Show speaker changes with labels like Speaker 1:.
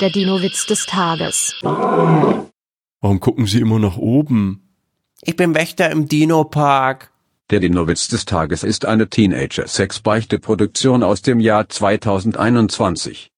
Speaker 1: Der Dino-Witz des Tages.
Speaker 2: Warum gucken Sie immer nach oben?
Speaker 3: Ich bin Wächter im Dino-Park.
Speaker 4: Der Dinowitz des Tages ist eine Teenager-Sex-Beichte-Produktion aus dem Jahr 2021.